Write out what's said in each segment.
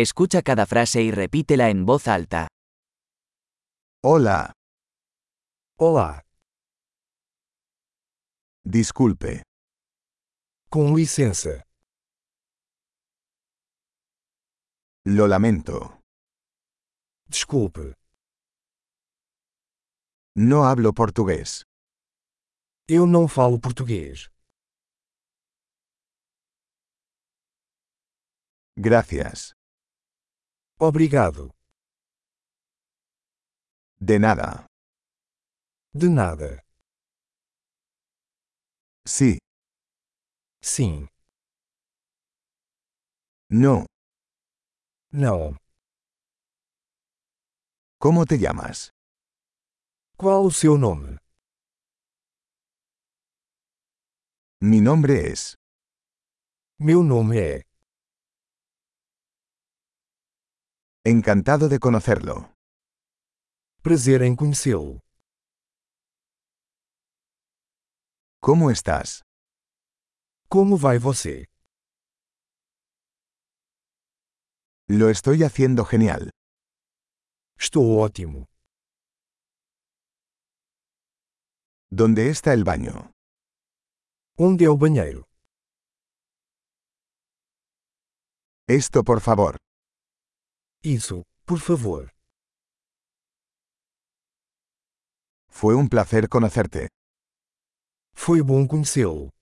Escucha cada frase y repítela en voz alta. Hola, Olá, disculpe, com licença. lo lamento. Desculpe, No hablo portugués. eu não falo português. Gracias. Obrigado. De nada. De nada. Sí, Sim. no. Não. ¿Cómo te llamas? Qual o seu nome? Mi nombre es. Meu nome é. Encantado de conocerlo. Prazer em conhecê-lo. ¿Cómo estás? Como vai você? Lo estoy haciendo genial. Estou ótimo. ¿Dónde está el baño? Onde é o banheiro? Esto, por favor. Isso, por favor. Fue un um placer conocerte. Foi bom conhecê-lo.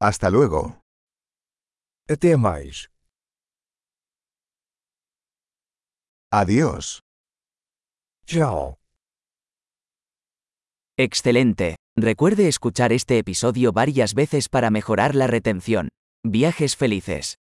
Hasta luego. Até mais. Adiós. Tchau. Excelente. Recuerde escuchar este episodio varias veces para mejorar la retención. Viajes felices.